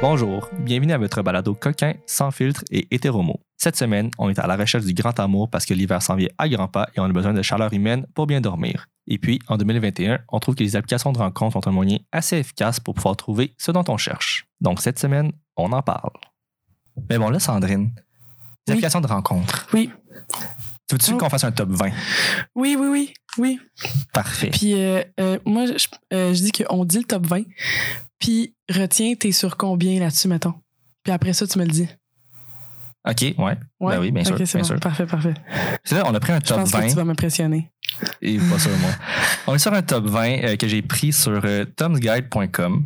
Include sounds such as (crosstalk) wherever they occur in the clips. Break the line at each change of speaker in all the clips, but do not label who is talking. Bonjour, bienvenue à votre balado coquin, sans filtre et hétéromo. Cette semaine, on est à la recherche du grand amour parce que l'hiver s'en vient à grands pas et on a besoin de chaleur humaine pour bien dormir. Et puis, en 2021, on trouve que les applications de rencontre sont un moyen assez efficace pour pouvoir trouver ce dont on cherche. Donc cette semaine, on en parle. Mais bon là, Sandrine, les
Oui.
applications de rencontre.
Oui.
Tu veux-tu
Oh.
qu'on fasse un top 20?
Oui, oui, oui, oui.
Parfait.
Puis euh, euh, moi, je, euh, je dis qu'on dit le top 20. Puis retiens, t'es sur combien là-dessus, mettons. Puis après ça, tu me le dis.
OK, ouais. Ben oui, bien sûr,
Ok, c'est
bien
bon.
sûr.
Parfait, parfait.
C'est là, on a pris un
Je
top
pense
20.
que tu vas m'impressionner.
Et pas sûr, moi. (laughs) On est sur un top 20 euh, que j'ai pris sur euh, tomsguide.com.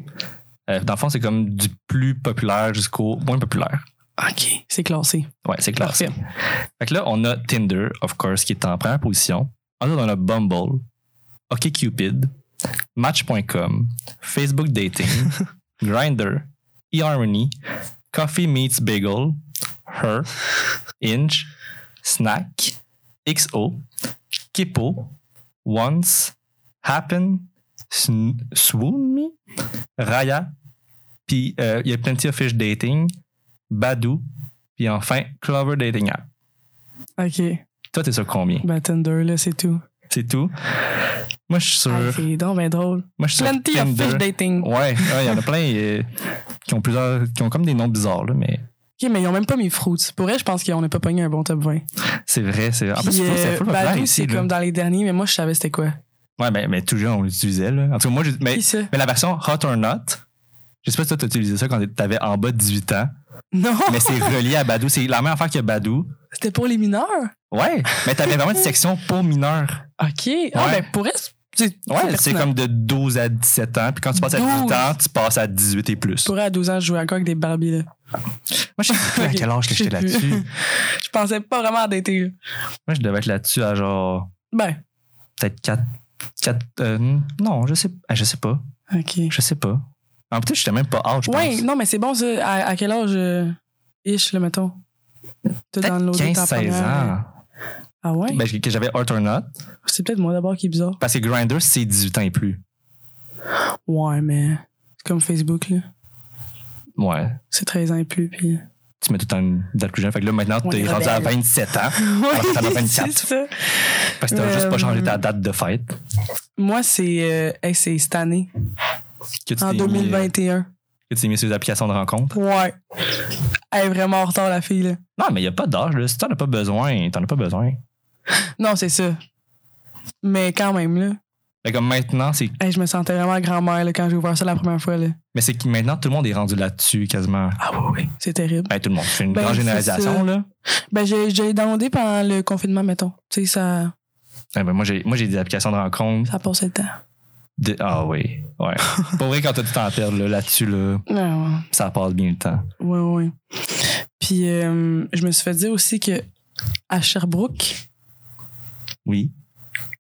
Euh, dans le fond, c'est comme du plus populaire jusqu'au moins populaire.
OK. C'est classé.
Ouais, c'est clair.
Parfait.
Fait que là, on a Tinder, of course, qui est en première position. Ensuite, on a Bumble, OkCupid, Match.com, Facebook Dating, Grindr, eHarmony, Coffee Meets Bagel, Her, Inch, Snack, XO, Kippo, Once, Happen, Sn- Swoon Me, Raya, puis euh, il y a Plenty of Fish Dating, Badou, puis enfin, Clover Dating App.
OK.
Toi, t'es sur combien?
Ben, Tinder, là, c'est tout.
C'est tout. Moi, je suis sur.
Ah, c'est donc ben drôle.
moi, je suis sur
Plenty of
Tinder.
fish dating.
Ouais, ouais, il y en a plein euh, qui ont plusieurs. qui ont comme des noms bizarres, là, mais
OK, mais ils ont même pas mis fruits. Pour vrai, je pense qu'on n'a pas pogné un bon top 20.
c'est vrai. c'est- En plus,
Puis,
Ah, ben, c'est full- c'est
euh,
full
Badoo,
populaire ici.
c'est
là.
comme dans les derniers, mais moi, je savais c'était quoi.
Ouais, ben, mais, mais toujours, on l'utilisait, là. En tout cas, moi, je- mais,
Qui ça?
mais la version Hot or Not, je sais pas si toi, t'as utilisé ça quand t'avais en bas de 18 ans,
Non! (laughs)
mais c'est relié à Badou. C'est la même affaire que Badou.
C'était pour les mineurs?
Ouais, mais t'avais vraiment une section pour mineurs.
OK. Ah,
Ouais.
ben, pour vrai, c'est- c'est.
Ouais, c'est
pertinent.
comme de 12 à 17 ans. Puis quand tu passes à 18
12.
ans, tu passes à 18 et plus.
Pour vrai, à 12 ans, je jouais encore avec des Barbies, là.
Moi, je sais plus à
Ok,
quel âge que
(laughs) je sais
j'étais
plus.
là-dessus.
Je pensais pas vraiment à dater. là.
Moi, je devais être là-dessus à genre
Ben,
peut-être 4. 4 non, je sais, ah, je sais pas.
OK.
Je sais pas. En plus, j'étais même pas out, je
Ouais,
pense.
non, mais c'est bon, ça. À, à quel âge, euh, ish, là, mettons? T'as
Peut-être
downloadé ta
15-16
première, euh,
ans.
Ah ouais?
Ben, que j'avais Art or Not.
c'est peut-être moi d'abord qui est bizarre.
Parce que Grindr, c'est 18 ans et plus.
Ouais, mais c'est comme Facebook, là.
Ouais.
C'est 13 ans et plus, puis...
Tu mets tout en date plus jeune. Fait que là, maintenant,
On
t'es
est
rendu à
rebelle.
27 ans.
(laughs) Ouais,
Ah, ça va 24.
c'est ça.
Parce que
(laughs)
t'as juste pas
Euh,
changé ta date de fête.
Moi, c'est... euh, hey, c'est cette année,
Que tu
en
t'es mis-
2021.
que tu t'es mis sur les applications de rencontre.
Ouais. Elle est vraiment en retard, la fille, là.
Non, mais il a pas d'âge. là. Si t'en as pas besoin, t'en as pas besoin.
Non, c'est ça. Mais quand même, là.
Fait comme maintenant, c'est
Hey, je me sentais vraiment grand-mère, là, quand j'ai ouvert ça la première fois, là.
mais c'est que maintenant, tout le monde est rendu là-dessus quasiment.
Ah oui, oui. C'est terrible.
Ben, tout le monde. C'est une
Ben,
grande
c'est
généralisation,
ça.
là.
Ben, j'ai, j'ai downloadé pendant le confinement, mettons. Tu sais, ça,
Ah ben, moi, j'ai moi, j'ai des applications de rencontre.
ça passait le temps.
de- Ah oui,
(laughs)
ouais. Pour vrai, quand t'as du temps à perdre là, là-dessus, là,
Ouais, ouais.
ça passe bien le temps.
Ouais, ouais. Puis, euh, je me suis fait dire aussi que à Sherbrooke,
Oui.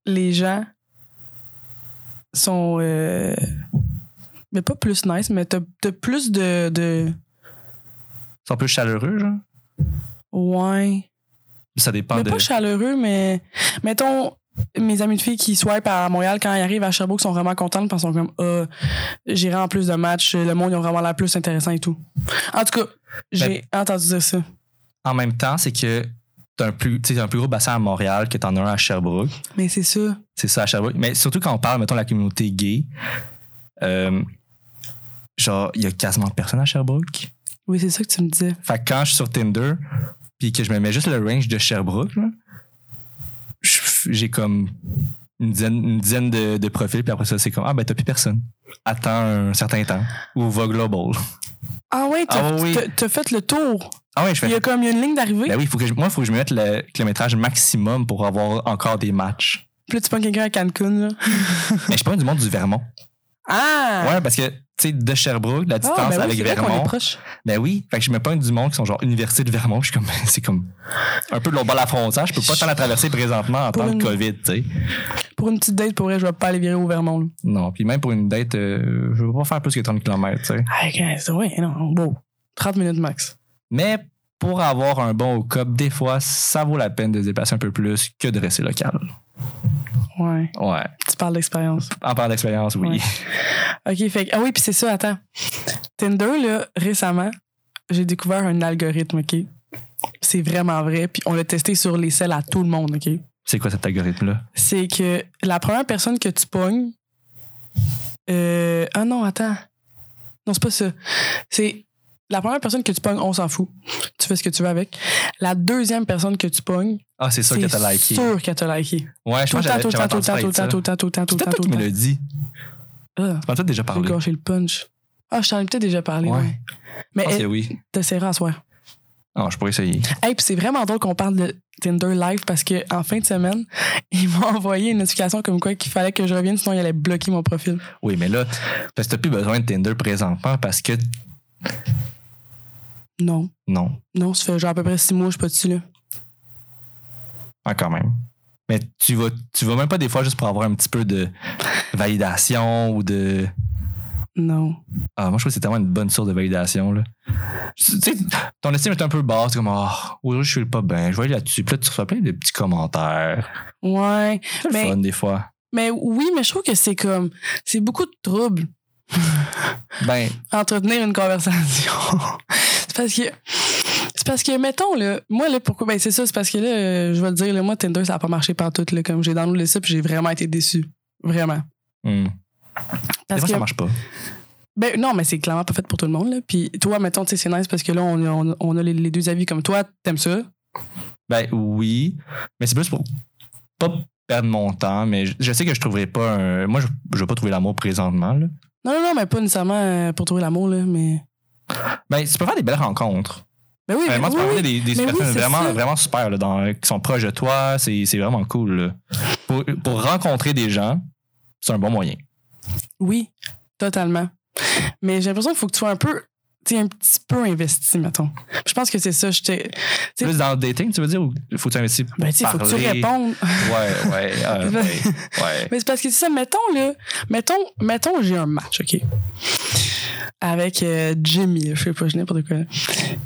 les gens sont. euh, mais pas plus nice, mais t'as, t'as plus de, de.
C'est un peu chaleureux, genre.
Ouais.
Ça dépend
Mais
de.
pas chaleureux, mais. Mettons. Mes amis de filles qui swipe à Montréal, quand ils arrivent à Sherbrooke, sont vraiment contentes parce qu'ils sont comme Ah, j'irai en plus de matchs, le monde, ils ont vraiment la plus intéressant et tout. En tout cas, j'ai
Ben,
entendu dire ça.
En même temps, c'est que t'as un plus, tu sais, t'as un plus gros bassin à Montréal que t'en as un à Sherbrooke.
Mais c'est ça.
C'est ça à Sherbrooke. Mais surtout quand on parle, mettons, de la communauté gay, euh, genre, il y a quasiment personne à Sherbrooke.
Oui, c'est ça que tu me disais.
Fait que quand je suis sur Tinder, puis que je me mets juste le range de Sherbrooke, là, je- j'ai comme une dizaine, une dizaine de, de profils, puis après ça, c'est comme Ah, ben, t'as plus personne. Attends un certain temps. Ou va global.
Ah ouais, t'as
Ah oui.
t'as- t'as fait le tour.
Ah, ouais, je
Il y
fais.
a comme il y a une ligne d'arrivée.
Ben oui, faut que je- moi, il faut que je me mette le kilométrage maximum pour avoir encore des matchs.
Puis là, tu prends quelqu'un à Cancun. Là.
Mais je suis pas du monde du Vermont.
Ah!
Ouais, parce que tu sais, de Sherbrooke, la distance
ben oui,
avec
c'est vrai qu'on est
Vermont.
proche.
Ben oui, fait que je me pointe du monde qui sont genre Université de Vermont. Je suis comme, (laughs) ben, c'est comme un peu de l'autre bord de la frontière. Je peux pas tant la traverser présentement en
Pour
temps de
une-
COVID, tu sais.
Pour une petite date, pour vrai, je vais pas aller virer au Vermont. là.
Non, puis même pour une date, euh, je veux pas faire plus que 30 km, tu sais.
Ah, ok, c'est vrai, non, beau. 30 minutes max.
Mais pour avoir un bon au cop, des fois, ça vaut la peine de se dépasser un peu plus que de rester local.
Ouais,
Ouais.
tu parles d'expérience.
En parlant d'expérience, oui.
Ouais. OK, fait que- Ah oui, puis c'est ça, attends. Tinder, là, récemment, j'ai découvert un algorithme, OK? C'est vraiment vrai, puis on l'a testé sur les selles à tout le monde, OK?
(laughs) C'est quoi cet algorithme-là?
C'est que la première personne que tu pognes. euh, Ah non, attends. Non, c'est pas ça. C'est. La première personne que tu pognes, on s'en fout. Tu fais ce que tu veux avec. La deuxième personne que tu pognes,
Ah, c'est sûr que t'as liké.
sûr qu'elle t'a liké.
Ouais, je
Tout le
pense que j'avais
temps, tout le
j'avais
temps, tout le
entendu
temps,
parler
tout
de
le temps,
ça.
tout le temps, tout le temps, tout
C'était
le temps,
toi
tout
qui me
le
l'as dit. Tu
temps. Ah,
m'as peut-être déjà
J'ai
parlé.
gâché le punch. Ah, je t'en ai peut-être déjà parlé,
Ouais. Ah,
ouais. Mais
Je pense que oui.
t'essaieras à soir.
Ah, je pourrais essayer.
Hey, puis c'est vraiment drôle qu'on parle de Tinder Live parce que en fin de semaine, (laughs) ils m'ont envoyé une notification comme quoi qu'il fallait que je revienne, sinon ils allaient bloquer mon profil.
Oui, mais là, parce que t'as plus besoin de Tinder présentement parce que
Non.
non,
Non, ça fait genre à peu près six mois, je suis pas dessus, là.
ah, quand même. Mais tu vas, tu vas même pas des fois juste pour avoir un petit peu de validation ou de.
Non.
Ah, moi, je trouve que c'est tellement une bonne source de validation. Là. Tu sais, ton estime est un peu basse. C'est comme, ah, aujourd'hui, je suis pas bien. Je vais aller là-dessus. Puis là, tu reçois plein de petits commentaires.
Ouais.
C'est le
Mais-
fun, des fois.
Mais oui, mais je trouve que c'est comme. C'est beaucoup de troubles.
Ben,
entretenir une conversation. (laughs) c'est parce que. C'est parce que, mettons, là, moi, là, pourquoi. Ben, c'est ça, c'est parce que là, euh, je vais le dire, là, moi, Tinder, ça n'a pas marché pantoute, là. Comme j'ai downloadé ça, puis j'ai vraiment été déçu. Vraiment.
hmm. des
Parce
fois,
que.
ça marche pas.
Ben, non, mais c'est clairement pas fait pour tout le monde, là. Puis toi, mettons, tu sais, c'est nice parce que là, on, a- on a- on a les, les deux avis. Comme toi, t'aimes ça.
Ben oui, mais c'est plus pour pas perdre mon temps, mais je, je sais que je trouverai pas un. Moi, je, je vais pas trouver l'amour présentement. Là.
Non, non, non, mais pas nécessairement euh, pour trouver l'amour, là, mais.
Ben, tu peux faire des belles rencontres.
Ben oui,
Vraiment,
mais,
tu peux
oui,
rencontrer
oui.
des, des
Mais oui,
personnes
c'est
vraiment,
ça.
vraiment super là, dans- qui sont proches de toi. C'est c'est vraiment cool. là. Pour, pour rencontrer des gens, c'est un bon moyen.
Oui, totalement. Mais j'ai l'impression qu'il faut que tu sois un peu. Tu sais, un petit peu investi, mettons. Je pense que c'est ça. Je t'ai- T'sais-
Plus dans le dating, tu veux dire, ou faut investir
Ben, tu sais, faut que tu répondes.
Ouais, ouais, euh, ouais, (laughs) ouais.
Mais c'est parce que c'est ça, mettons, là, mettons, mettons, j'ai un match, OK? Avec euh, Jimmy, je sais pas, je dis n'importe quoi.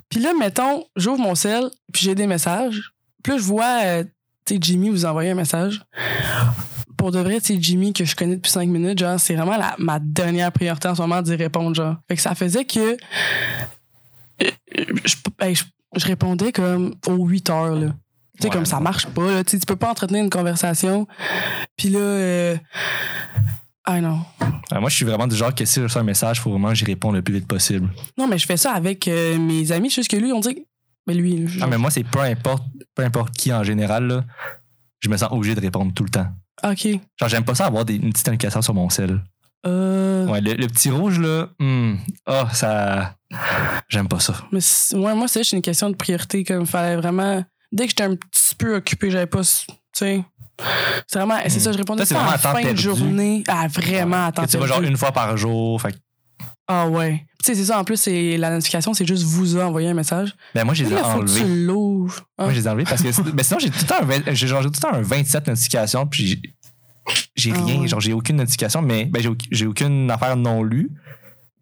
Puis là, mettons, j'ouvre mon cell, puis j'ai des messages. Puis là, je vois, euh, tu sais, Jimmy vous envoyer un message. Pour de vrai, tu sais, Jimmy, que je connais depuis cinq minutes, genre, c'est vraiment la, ma dernière priorité en ce moment d'y répondre, genre. Fait que ça faisait que. euh, Je, ben, je- je répondais comme aux 8 heures, là. Tu sais,
Ouais,
comme ça
non.
marche pas, là. Tu sais, tu peux pas entretenir une conversation. Puis là. euh, Ah non.
Euh, Moi, je suis vraiment du genre que si je reçois un message, faut vraiment que j'y réponds le plus vite possible.
Non, mais je fais ça avec euh, mes amis, c'est juste que lui, on dit. Mais lui. je-
Ah, mais moi, c'est peu importe, peu importe qui en général, là, je me sens obligé de répondre tout le temps.
OK.
Genre, j'aime pas ça avoir des, une petite indication sur mon sel.
Euh,
Ouais, le, le petit rouge, là, hmm, ah, ça. J'aime pas ça.
Mais c'est- ouais, moi, c'est juste une question de priorité. Comme fallait vraiment. Dès que j'étais un petit peu occupé, j'avais pas. s- Tu sais. C'est vraiment. C'est
Mm.
ça, je répondais
Toi, c'est
ça en
vraiment à temps
fin de
perdu.
journée. Ah, vraiment,
Que
attends.
tu vas genre une fois par jour. Fait que-
Ah, ouais. Tu sais, c'est ça. En plus, c'est la notification, c'est juste vous a envoyé un message.
ben, moi, je les ai
Là, faut que
enlevés.
tu l'ouvres. Ah.
Moi, je les ai enlevés parce que.
(laughs)
Mais sinon, j'ai tout le temps un, vingt- j'ai genre, j'ai tout le temps un 27 notifications, puis j'ai- j'ai
Ah
rien.
ouais.
Genre, j'ai aucune notification, mais ben, j'ai au- j'ai aucune affaire non lue.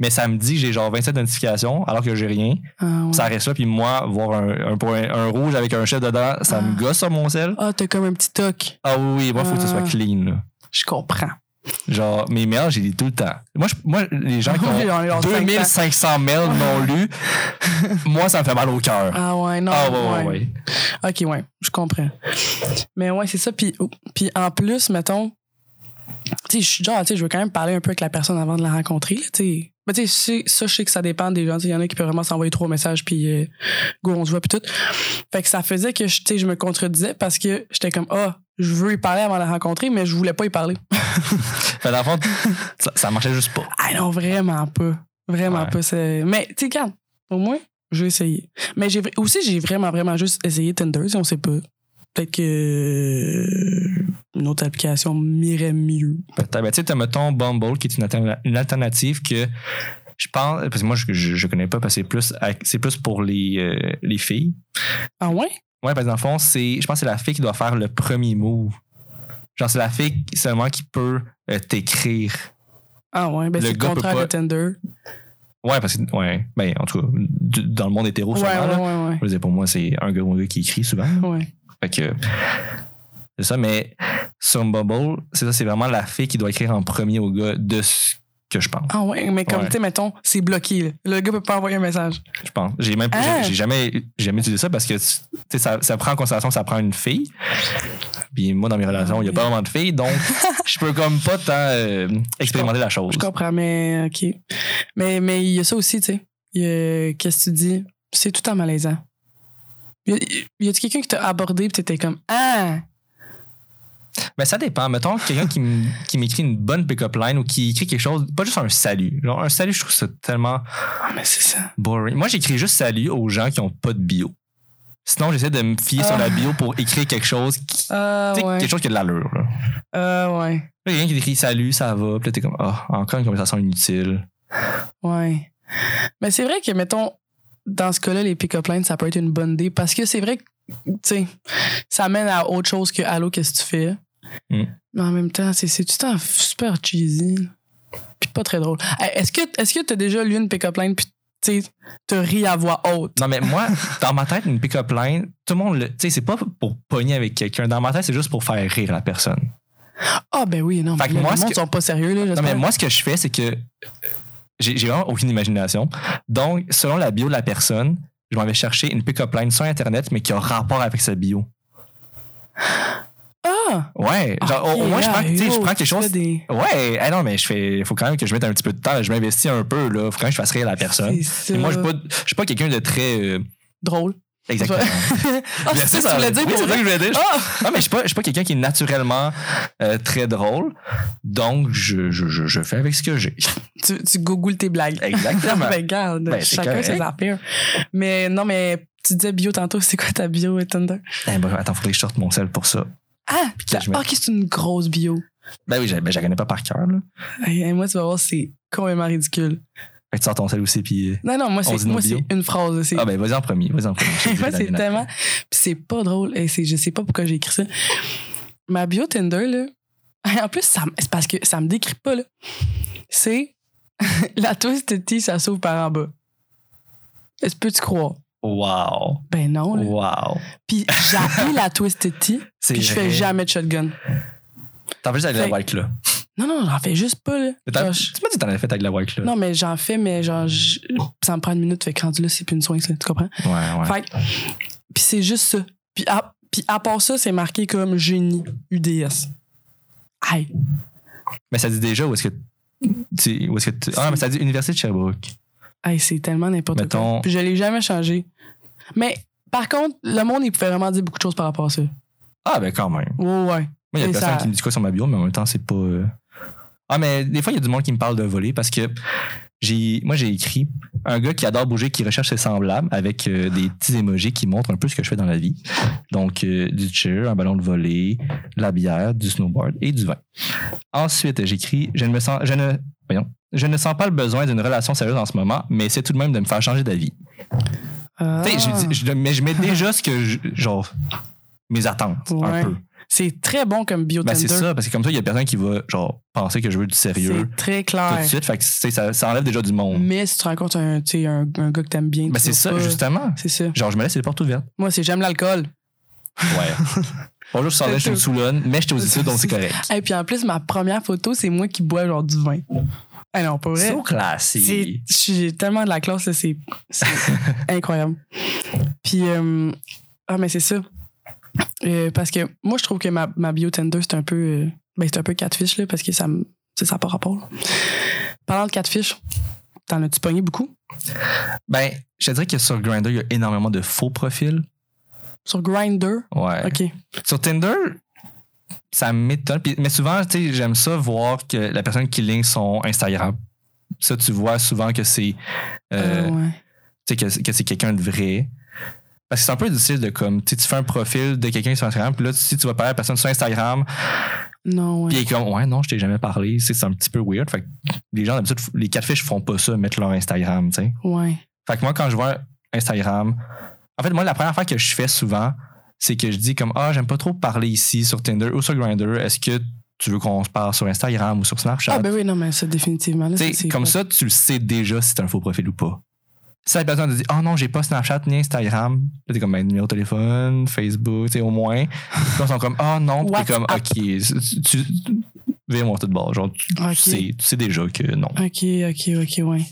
Mais ça me dit, j'ai genre 27 notifications, alors que j'ai rien.
Ah, ouais.
Ça reste là, puis moi, voir un, un, point- un rouge avec un chef dedans, ça
Ah.
me gosse sur mon sel.
Ah, t'as comme un petit toc.
Ah oui, oui, moi, faut que ce soit
Ah.
clean, là.
Je comprends.
Genre, mes mails, j'ai les tout le temps. Moi, je- moi les
(laughs)
gens qui
Oui, on est
ont
genre
2500 mails non lus, moi, ça me fait mal au cœur.
Ah, ouais, non.
Ah, ouais, ouais, ouais.
OK, ouais, je comprends. Mais ouais, c'est ça. Puis, oh, puis en plus, mettons, tu sais, je suis genre, tu sais, je veux quand même parler un peu avec la personne avant de la rencontrer, là, tu sais. Mais tu sais, c'est- ça, je sais que ça dépend des gens. Tu sais, Il y en a qui peuvent vraiment s'envoyer trois messages, puis euh, go, on se voit, puis tout. Fait que ça faisait que, je- tu sais, je me contredisais parce que j'étais comme, ah, je veux y parler avant de la rencontrer, mais je voulais pas y parler.
Fait dans le fond, ça, ça marchait juste pas.
Ah non, vraiment pas. Vraiment
Ouais.
pas. c'est- Mais, tu sais, regarde, au moins, j'ai essayé. Mais j'ai aussi, j'ai vraiment, vraiment juste essayé Tinder, si on sait pas. peut-être que euh, une autre application m'irait mieux.
Peut-être. Ben, tu sais, t'as, mettons Bumble, qui est une, alterna- une alternative que je pense. Parce que moi, je, je, je connais pas, parce que c'est plus, ac- c'est plus pour les, euh, les filles.
Ah ouais?
Ouais, parce que dans le fond, c'est, je pense que c'est la fille qui doit faire le premier move. Genre, c'est la fille seulement qui peut euh, t'écrire.
Ah ouais, ben
Le
c'est le
gars peut
contraire
pas-
de Tinder.
Ouais, parce que, ouais, ben, en tout cas, du- dans le monde hétéro,
Ouais,
sûrement, là.
ouais, ouais,
Je veux dire, pour moi, c'est un gars ou un gars qui écrit souvent.
ouais. ouais.
Fait que. C'est ça, mais sur Bubble, c'est ça, c'est vraiment la fille qui doit écrire en premier au gars de ce que je pense.
Ah ouais, mais comme,
Ouais.
tu sais, mettons, c'est bloqué. là. Le gars peut pas envoyer un message.
Je pense. J'ai même
Ah!
j'ai- j'ai jamais, j'ai jamais utilisé ça parce que tu sais, ça, ça prend en considération que ça prend une fille. Puis moi, dans mes relations, il n'y a pas vraiment de fille,
(laughs)
donc je peux comme pas tant euh, expérimenter la chose.
Je comprends, mais OK. Mais mais il y a ça aussi, tu sais. Il y a- Qu'est-ce que tu dis? C'est tout en malaisant. Y a- Y a-tu quelqu'un qui t'a abordé pis t'étais comme Ah!
Mais ça dépend. Mettons quelqu'un qui m- qui m'écrit une bonne pick-up line ou qui écrit quelque chose, pas juste un salut. Genre, un salut, je trouve ça tellement
Ah, mais c'est ça.
boring. Moi, j'écris juste salut aux gens qui n'ont pas de bio. Sinon, j'essaie de me fier sur
Ah.
la bio pour écrire quelque chose qui,
Ah
tu sais,
ouais.
quelque chose qui a de l'allure. Là,
Ah ouais.
Là, quelqu'un qui écrit salut, ça va. Puis là, t'es comme, ah, encore une conversation inutile.
Ouais. Mais c'est vrai que, mettons, dans ce cas-là, les pick-up lines, ça peut être une bonne idée parce que c'est vrai que, tu sais, ça mène à autre chose que Allô, qu'est-ce que tu fais?
Mm.
Mais en même temps, c'est c'est tout le temps super cheesy. Puis pas très drôle. Hey, Est-ce que est-ce que t'as déjà lu une pick-up line puis tu sais, te ris à voix haute?
Non, mais moi, dans ma tête, une pick-up line, tout le monde le. Tu sais, c'est pas pour pogner avec quelqu'un. Dans ma tête, c'est juste pour faire rire la personne.
Ah, ben oui, non.
Fait
Mais
que
le
moi,
monde
ce que-
sont pas sérieux, là.
Non, mais
j'espère.
moi, ce que je fais, c'est que euh, j'ai j'ai vraiment aucune imagination. Donc, selon la bio de la personne, je m'en vais chercher une pick-up line sur Internet, mais qui a rapport avec sa bio.
Ah!
Ouais. Genre, au- au,
Ok,
moins, je
là,
prends, tu sais, je
yo,
prends
tu
quelque chose.
fais des-
Ouais, hey, non, mais je fais. Faut quand même que je mette un petit peu de temps. Je m'investis un peu, là. Faut quand même que je fasse rire la personne.
C'est
Et moi, je
ça.
suis pas, je suis pas quelqu'un de très.
(laughs)
euh,
Drôle.
exactement.
Ah, c'est ça que tu voulais dire
Oui, c'est
pour
ça
vrai?
que je voulais dire.
Ah!
Non, mais je suis pas, je suis pas quelqu'un qui est naturellement euh, très drôle. Donc, je, je, je, je fais avec ce que j'ai. (laughs)
tu, tu googles tes blagues. (laughs)
Exactement.
ben, garde,
Ben, c'est
chacun
correct.
ses affaires. Mais non, mais tu disais bio tantôt, c'est quoi ta bio, euh, Tinder?
Eh ben, attends, faudrait que je sorte mon sel pour ça.
Ah,
Puis que je mette-
ok, c'est une grosse bio.
Ben oui, je, ben, je la connais pas par cœur, là.
Hey, hey, moi, tu vas voir, c'est complètement ridicule.
Fait que tu sors ton sel aussi, puis. euh,
Non, non, moi,
On
c'est
dit nos
moi, c'est
bios.
une phrase. C'est
Ah,
(laughs)
ben, vas-y en premier, vas-y en premier. Je vais la
moi, c'est
mienne après.
tellement. Puis c'est pas drôle. Et c'est, je sais pas pourquoi j'ai écrit ça. Ma bio Tinder, là. (laughs) En plus, ça, me- c'est parce que ça me décrit pas, là. C'est (laughs) la twisted tea, ça s'ouvre par en bas. Est-ce que tu croire?
Wow.
Ben non, là.
Wow.
Puis j'appuie la Twisted Tea,
C'est
puis je fais
vrai.
jamais de shotgun.
T'en fais juste avec
Fait-
la White, là.
Non, non, j'en fais juste pas, là.
Tu m'as
Genre,
dit
je-
que t'en avais fait avec la White, là.
Non, mais j'en fais, mais genre, je- ça me prend une minute, fait que rendu là, c'est plus une soin, ça, tu comprends?
Ouais, ouais.
Fait que- puis c'est juste ça. Puis à, puis à part ça, c'est marqué comme génie, UDS. Aïe.
Mais ça dit déjà où est-ce que tu. Où est-ce que tu- Ah, mais ça dit Université de Sherbrooke.
Hey, c'est tellement n'importe quoi.
Mettons-
Puis je l'ai jamais changé. Mais par contre, le monde, il pouvait vraiment dire beaucoup de choses par rapport à ça.
Ah, ben quand même.
Ouais, ouais.
Moi, il y a
Et
personne
ça-
qui me dit quoi sur ma bio, mais en même temps, c'est pas. euh. Ah, mais des fois, il y a du monde qui me parle de voler parce que j'ai, moi, j'ai écrit un gars qui adore bouger, qui recherche ses semblables avec euh, des petits émojis qui montrent un peu ce que je fais dans la vie. Donc, euh, du cheer, un ballon de volley, de la bière, du snowboard et du vin. Ensuite, j'écris Je ne me sens. Je ne, voyons. Je ne sens pas le besoin d'une relation sérieuse en ce moment, mais c'est tout de même de me faire changer d'avis.
Ah.
Tu sais, je dis- je- mais je mets déjà ce que. je- genre. Mes attentes,
Ouais.
un peu.
C'est très bon comme bio
Ben, c'est
Tinder.
ça, parce que comme ça, il y a personne qui va genre penser que je veux du sérieux
C'est très
tout
clair.
de suite. Fait que tu sais, ça, ça enlève déjà du monde.
Mais si tu rencontres un, tu sais, un, un gars que t'aimes bien,
Ben,
tu
c'est
vas
ça,
pas-
justement.
C'est ça.
Genre, je me laisse les portes ouvertes.
Moi, c'est j'aime l'alcool.
Ouais. Bonjour, je sortais, je suis une soulonne, mais j'étais aux études, donc c'est
(laughs)
correct.
Et puis en plus, ma première photo, c'est moi qui bois genre du vin. Ah non, pas vrai.
So
C'est-
classy.
J'ai tellement de la classe, là, c'est
(laughs)
c'est incroyable. Puis, euh, ah, mais c'est ça. Euh, parce que moi, je trouve que ma, ma bio Tinder, c'est un peu. euh, ben, c'est un peu catfish, là, parce que ça me. tu sais, Ça n'a pas rapport. là. Parlant de catfish, t'en as-tu pogné beaucoup?
Ben, je te dirais que sur Grindr, il y a énormément de faux profils.
Sur Grindr?
Ouais.
OK.
Sur Tinder, ça m'étonne. Puis- Mais souvent, tu sais, j'aime ça voir que la personne qui ligne son Instagram. Ça, tu vois souvent que c'est. euh,
Euh, ouais.
tu sais, que, que c'est quelqu'un de vrai. Parce que c'est un peu difficile de comme, tu sais, tu fais un profil de quelqu'un sur Instagram, puis là, si tu vas parler à la personne sur Instagram,
Non,
puis
ouais.
il est comme, ouais, non, je t'ai jamais parlé, c'est c'est un petit peu weird. Fait que les gens, d'habitude, f- les quatre fiches font pas ça, mettre leur Instagram, tu sais.
Ouais.
Fait que moi, quand je vois Instagram, en fait, moi, la première fois que je fais souvent, c'est que je dis comme, ah, j'aime pas trop parler ici sur Tinder ou sur Grinder, est-ce que tu veux qu'on se parle sur Instagram ou sur Snapchat?
Ah, ben oui, non, mais ça, définitivement. Là,
Tu
c'est-
sais, comme ça, tu le sais déjà si t'as un faux profil ou pas. Si la personne te dit, oh non, j'ai pas Snapchat ni Instagram, là, t'es comme, ben, numéro de téléphone, Facebook, tu sais, au moins. Là, ils sont comme, oh non, Puis t'es comme,
WhatsApp.
ok, tu- tu. Viens moi tout de bord. Genre, tu, tu
Ok.
sais, tu sais déjà que non.
OK, OK, OK, ouais.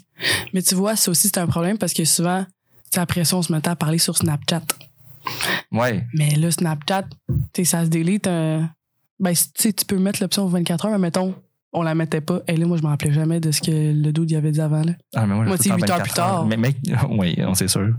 Mais tu vois, ça aussi, c'est un problème parce que souvent, tu sais, après ça, on se mettait à parler sur Snapchat.
Ouais.
Mais là, Snapchat, tu sais, ça se délite. euh, ben, si- tu sais, tu peux mettre l'option 24 heures, mais mettons, on la mettait pas. Et là, moi, je me rappelais jamais de ce que le dude y avait dit avant. Là.
Ah, mais moi, j'ai
Moi,
tout
c'est
le temps
huit heures
24
plus tard.
Mais mec, (laughs) oui, on sait sûr.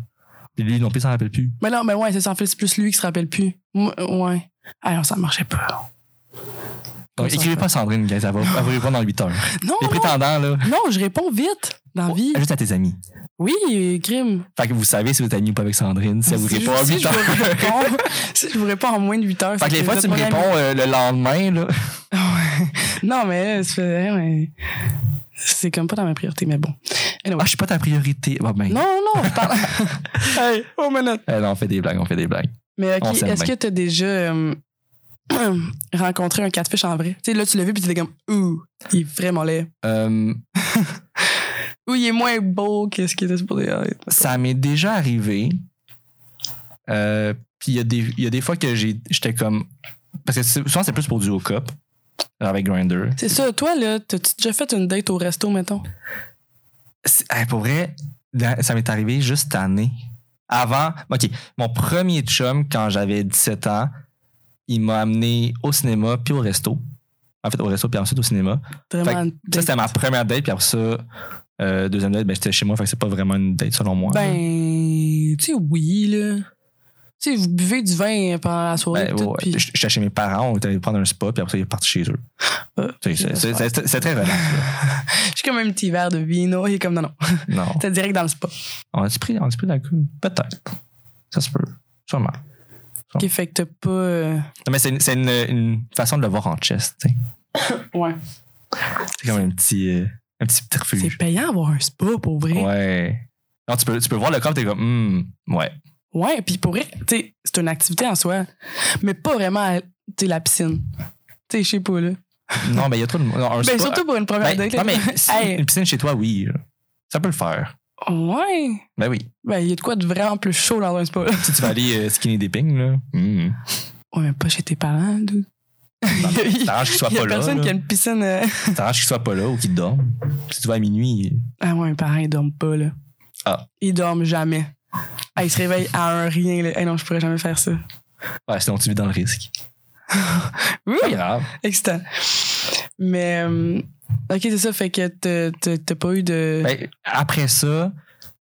Puis lui non plus, il s'en rappelle plus.
Mais non, mais ouais, c'est ça. En fait, c'est plus lui qui se rappelle plus. Moi, euh, ouais. Alors, ça marchait pas. Comme
Donc,
ça,
écrivez
on
pas Sandrine, guys, elle va, elle va répondre dans 8 heures.
Non,
Les
non,
prétendants, là,
non, je réponds vite dans la vie.
juste à tes amis.
Oui, euh, crime.
Fait que vous savez si vous êtes amis ou pas avec Sandrine, si elle vous
Si
répond
je-
à
si
8
je
heures.
vous réponds- si je vous réponds en moins de 8 heures.
Fait
c'est
que les
que
fois,
vous
tu
êtes
me
mon ami.
réponds euh, le lendemain,
(laughs)
là.
Non, mais c'est ouais, mais c'est comme pas dans ma priorité, mais bon. Anyway.
Ah, je suis pas ta priorité. Bah, ben,
Non, non, je parle. (laughs) hey, oh, minute.
Eh, non, on fait des blagues, on fait des blagues.
Mais
On
OK,
s'aime
est-ce que
bien.
t'as déjà euh, (clears throat) rencontré un catfish en vrai? Tu sais, là, tu l'as vu, puis t'étais comme, ouh, il est vraiment laid.
Euh,
Ou il est moins beau que ce qu'il était supposé être.
ça m'est déjà arrivé. Euh, Puis il y, a des- il y a des fois que j'ai- j'étais comme. Parce que c'est- souvent, c'est plus pour du haut cup, avec Grinder.
C'est ça, toi, là, t'as-tu déjà fait une date au resto, mettons?
C'est- hey, pour vrai, la- ça m'est arrivé juste cette année. Avant, OK, mon premier chum, quand j'avais 17 ans, il m'a amené au cinéma puis au resto. En fait, au resto puis ensuite au cinéma.
Vraiment. ben, une
Ça,
date.
c'était ma première date, puis après ça, euh, deuxième date, ben, j'étais chez moi, fait que c'est pas vraiment une date selon moi. hein. là.
Ben, tu sais, oui, là. Tu sais, vous buvez du vin pendant la soirée.
Ben,
puis tout,
ouais,
puis-
j- J'étais chez mes parents, on était allé prendre un spa, puis après ça, il est parti chez eux.
Ah,
C'est- c'est- c'est- C'est c'est très relax. là.
(laughs) Je suis comme un petit verre de vino. Il est comme, non, non.
non.
T'es direct dans le spa.
On a-tu pris, on a-tu pris de la coule? Peut-être. Ça se peut. Sûrement.
OK, fait que t'as pas. euh,
Non, mais c'est une- c'est une, une façon de le voir en chest, tu sais.
Ouais.
C'est comme un petit, euh, un petit
C'est
subterfuge.
payant avoir un spa pour vrai. Ouais,
Ouais. Non, tu peux, tu peux voir le corps, t'es comme, hum, ouais.
puis pour vrai, tu sais, c'est une activité en soi, mais pas vraiment à, tu sais, la piscine. Tu sais, je sais pas, là.
Non, mais il y a trop de. Non, un spa-
(laughs) Ben, surtout pour une première
Ben,
date.
non,
là.
mais si
Hey.
une piscine chez toi, oui. là. Ça peut le faire.
(laughs) Ouais.
Ben oui.
Ben, il y a de quoi de vraiment plus chaud dans un spa. là.
Si tu vas aller euh, skinny dipping, là. hum.
Ouais, mais pas chez tes parents, dude. (laughs) Il y a,
T'arranges qu'il soit
il y a
pas là.
personne
là.
qui a une piscine. euh.
T'arranges qu'il soit pas là ou qu'il dorme. Si tu vas à minuit. euh,
Ah ouais, mes parents, ils dorment pas, là.
Ah.
Ils dorment jamais. Ah, ils se réveillent à un rien, là. Hey, non, je pourrais jamais faire ça.
Ouais, sinon tu vis dans le risque.
Ouh!
Pas grave.
Excitant. Mais, euh, ok, c'est ça, fait que t'as- t'as t'as pas eu de.
Ben, après ça,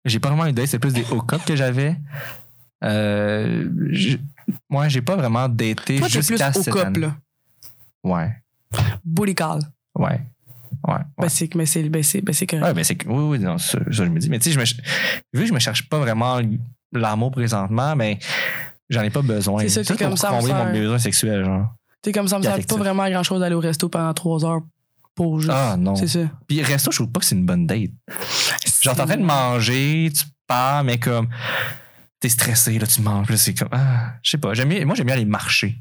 j'ai pas vraiment eu date, c'est plus des hauts cups que j'avais. Euh, je- moi, j'ai pas vraiment daté
Toi, t'es plus
jusqu'à
au
cette
couple,
année.
là.
Ouais,
Booty call.
ouais, ouais.
Ben,
ouais.
c'est ben, c'est- ben, c'est- ben, c'est correct.
Ouais, ben c'est que- oui, oui, non, ça, ça, je me dis. Mais tu sais, je me ch- vu que je me cherche pas vraiment l'amour présentement, mais j'en ai pas besoin.
C'est ça, t'es
pour
comme ça,
combler
on
mon
sert.
besoin sexuel, genre.
T'es comme ça, me
Puis
sert pas
affectif.
vraiment grand chose d'aller au resto pendant trois heures pour juste.
Ah non.
C'est ça.
Puis resto, je trouve pas que c'est une bonne date. Genre, t'es en train de manger, tu pars, mais comme. T'es stressé, là, tu manges, là, c'est comme. Ah, je sais pas. J'aime bien- moi, j'aime bien aller marcher.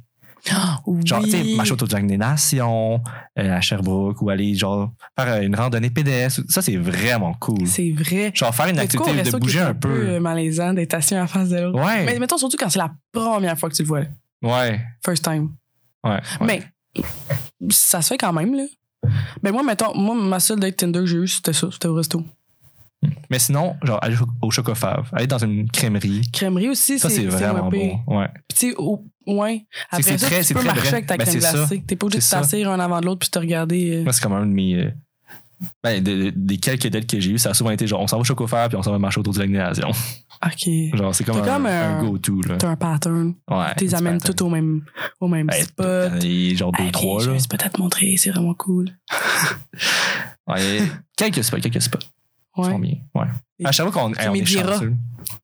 Ah, oui.
Genre, tu sais, marcher autour du Lac des Nations, euh, à Sherbrooke, ou aller, genre, faire euh, une randonnée pédestre. Ça, c'est vraiment cool.
C'est vrai.
Genre, faire une
T'as de quoi au
activité, de
resto qui
bouger
est
un peu.
euh, malaisant d'être assis en face de l'autre.
Ouais.
Mais mettons surtout quand c'est la première fois que tu le vois, là.
Ouais.
first time.
Ouais. ouais.
Mais ça se fait quand même, là. Ben moi, mettons, moi, ma seule date Tinder que j'ai eue, c'était ça, c'était au resto.
Mais sinon, genre, aller au- au Chocofave, aller dans une crèmerie,
Crèmerie aussi,
ça, c'est vraiment
moins pire.
bon. Ouais.
Puis tu sais, au ouais.
C'est que
Après
c'est
ça,
très-
tu
c'est
peux
très
marcher
vrai.
avec ta
Ben,
crème
c'est ça.
glacée. T'es pas obligé de
C'est ça.
t'asseoir un avant de l'autre puis te regarder. euh,
Moi, c'est comme un de mes. euh, ben, de- de- des quelques dates que j'ai eu, ça a souvent été genre, on s'en va au Chocofave, puis on s'en va marcher autour du Lac des Nations.
OK.
Genre, c'est comme,
T'as
un,
comme
un
un-
go-to, là.
T'as un pattern.
Ouais.
T'es amènes tout au même, au même spot.
genre deux,
Hey,
trois,
Je
là.
vais peut-être te montrer, c'est vraiment cool.
Ouais, quelques spots, quelques spots. Ils
Ouais.
sont bien. Ouais. À Sherbrooke, on, hey, on est
Médira.
chanceux.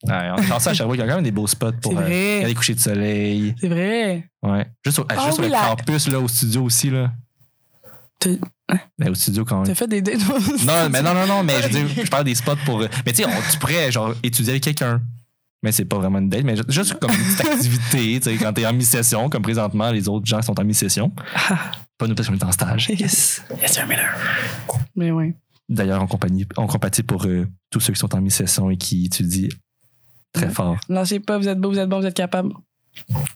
Ouais, on est chanceux à Sherbrooke. Il y a quand même des beaux spots pour
C'est
euh,
vrai.
aller coucher de soleil.
C'est vrai.
Ouais. Juste, au,
Ah
juste sur
oui,
le
la-
campus, là, au studio aussi. Là.
T'as-
Ben, au studio quand
T'as
même.
fait des dates. (laughs)
Non, mais non, non, non, mais je, veux dire, je parle des spots pour. euh, Mais tu sais, on- tu pourrais genre étudier avec quelqu'un. Mais c'est pas vraiment une date, mais ju- juste comme une petite activité, tu sais, quand t'es en mi-session, comme présentement, les autres gens sont en mi-session. Pas nous parce qu'on est en stage.
Yes. Yes, sir, Miller. Mais ouais.
D'ailleurs, on, compagnie- on compatit pour euh, tous ceux qui sont en mi-session et qui étudient très fort.
Lâchez pas, vous êtes beau, vous êtes bon, vous êtes capable.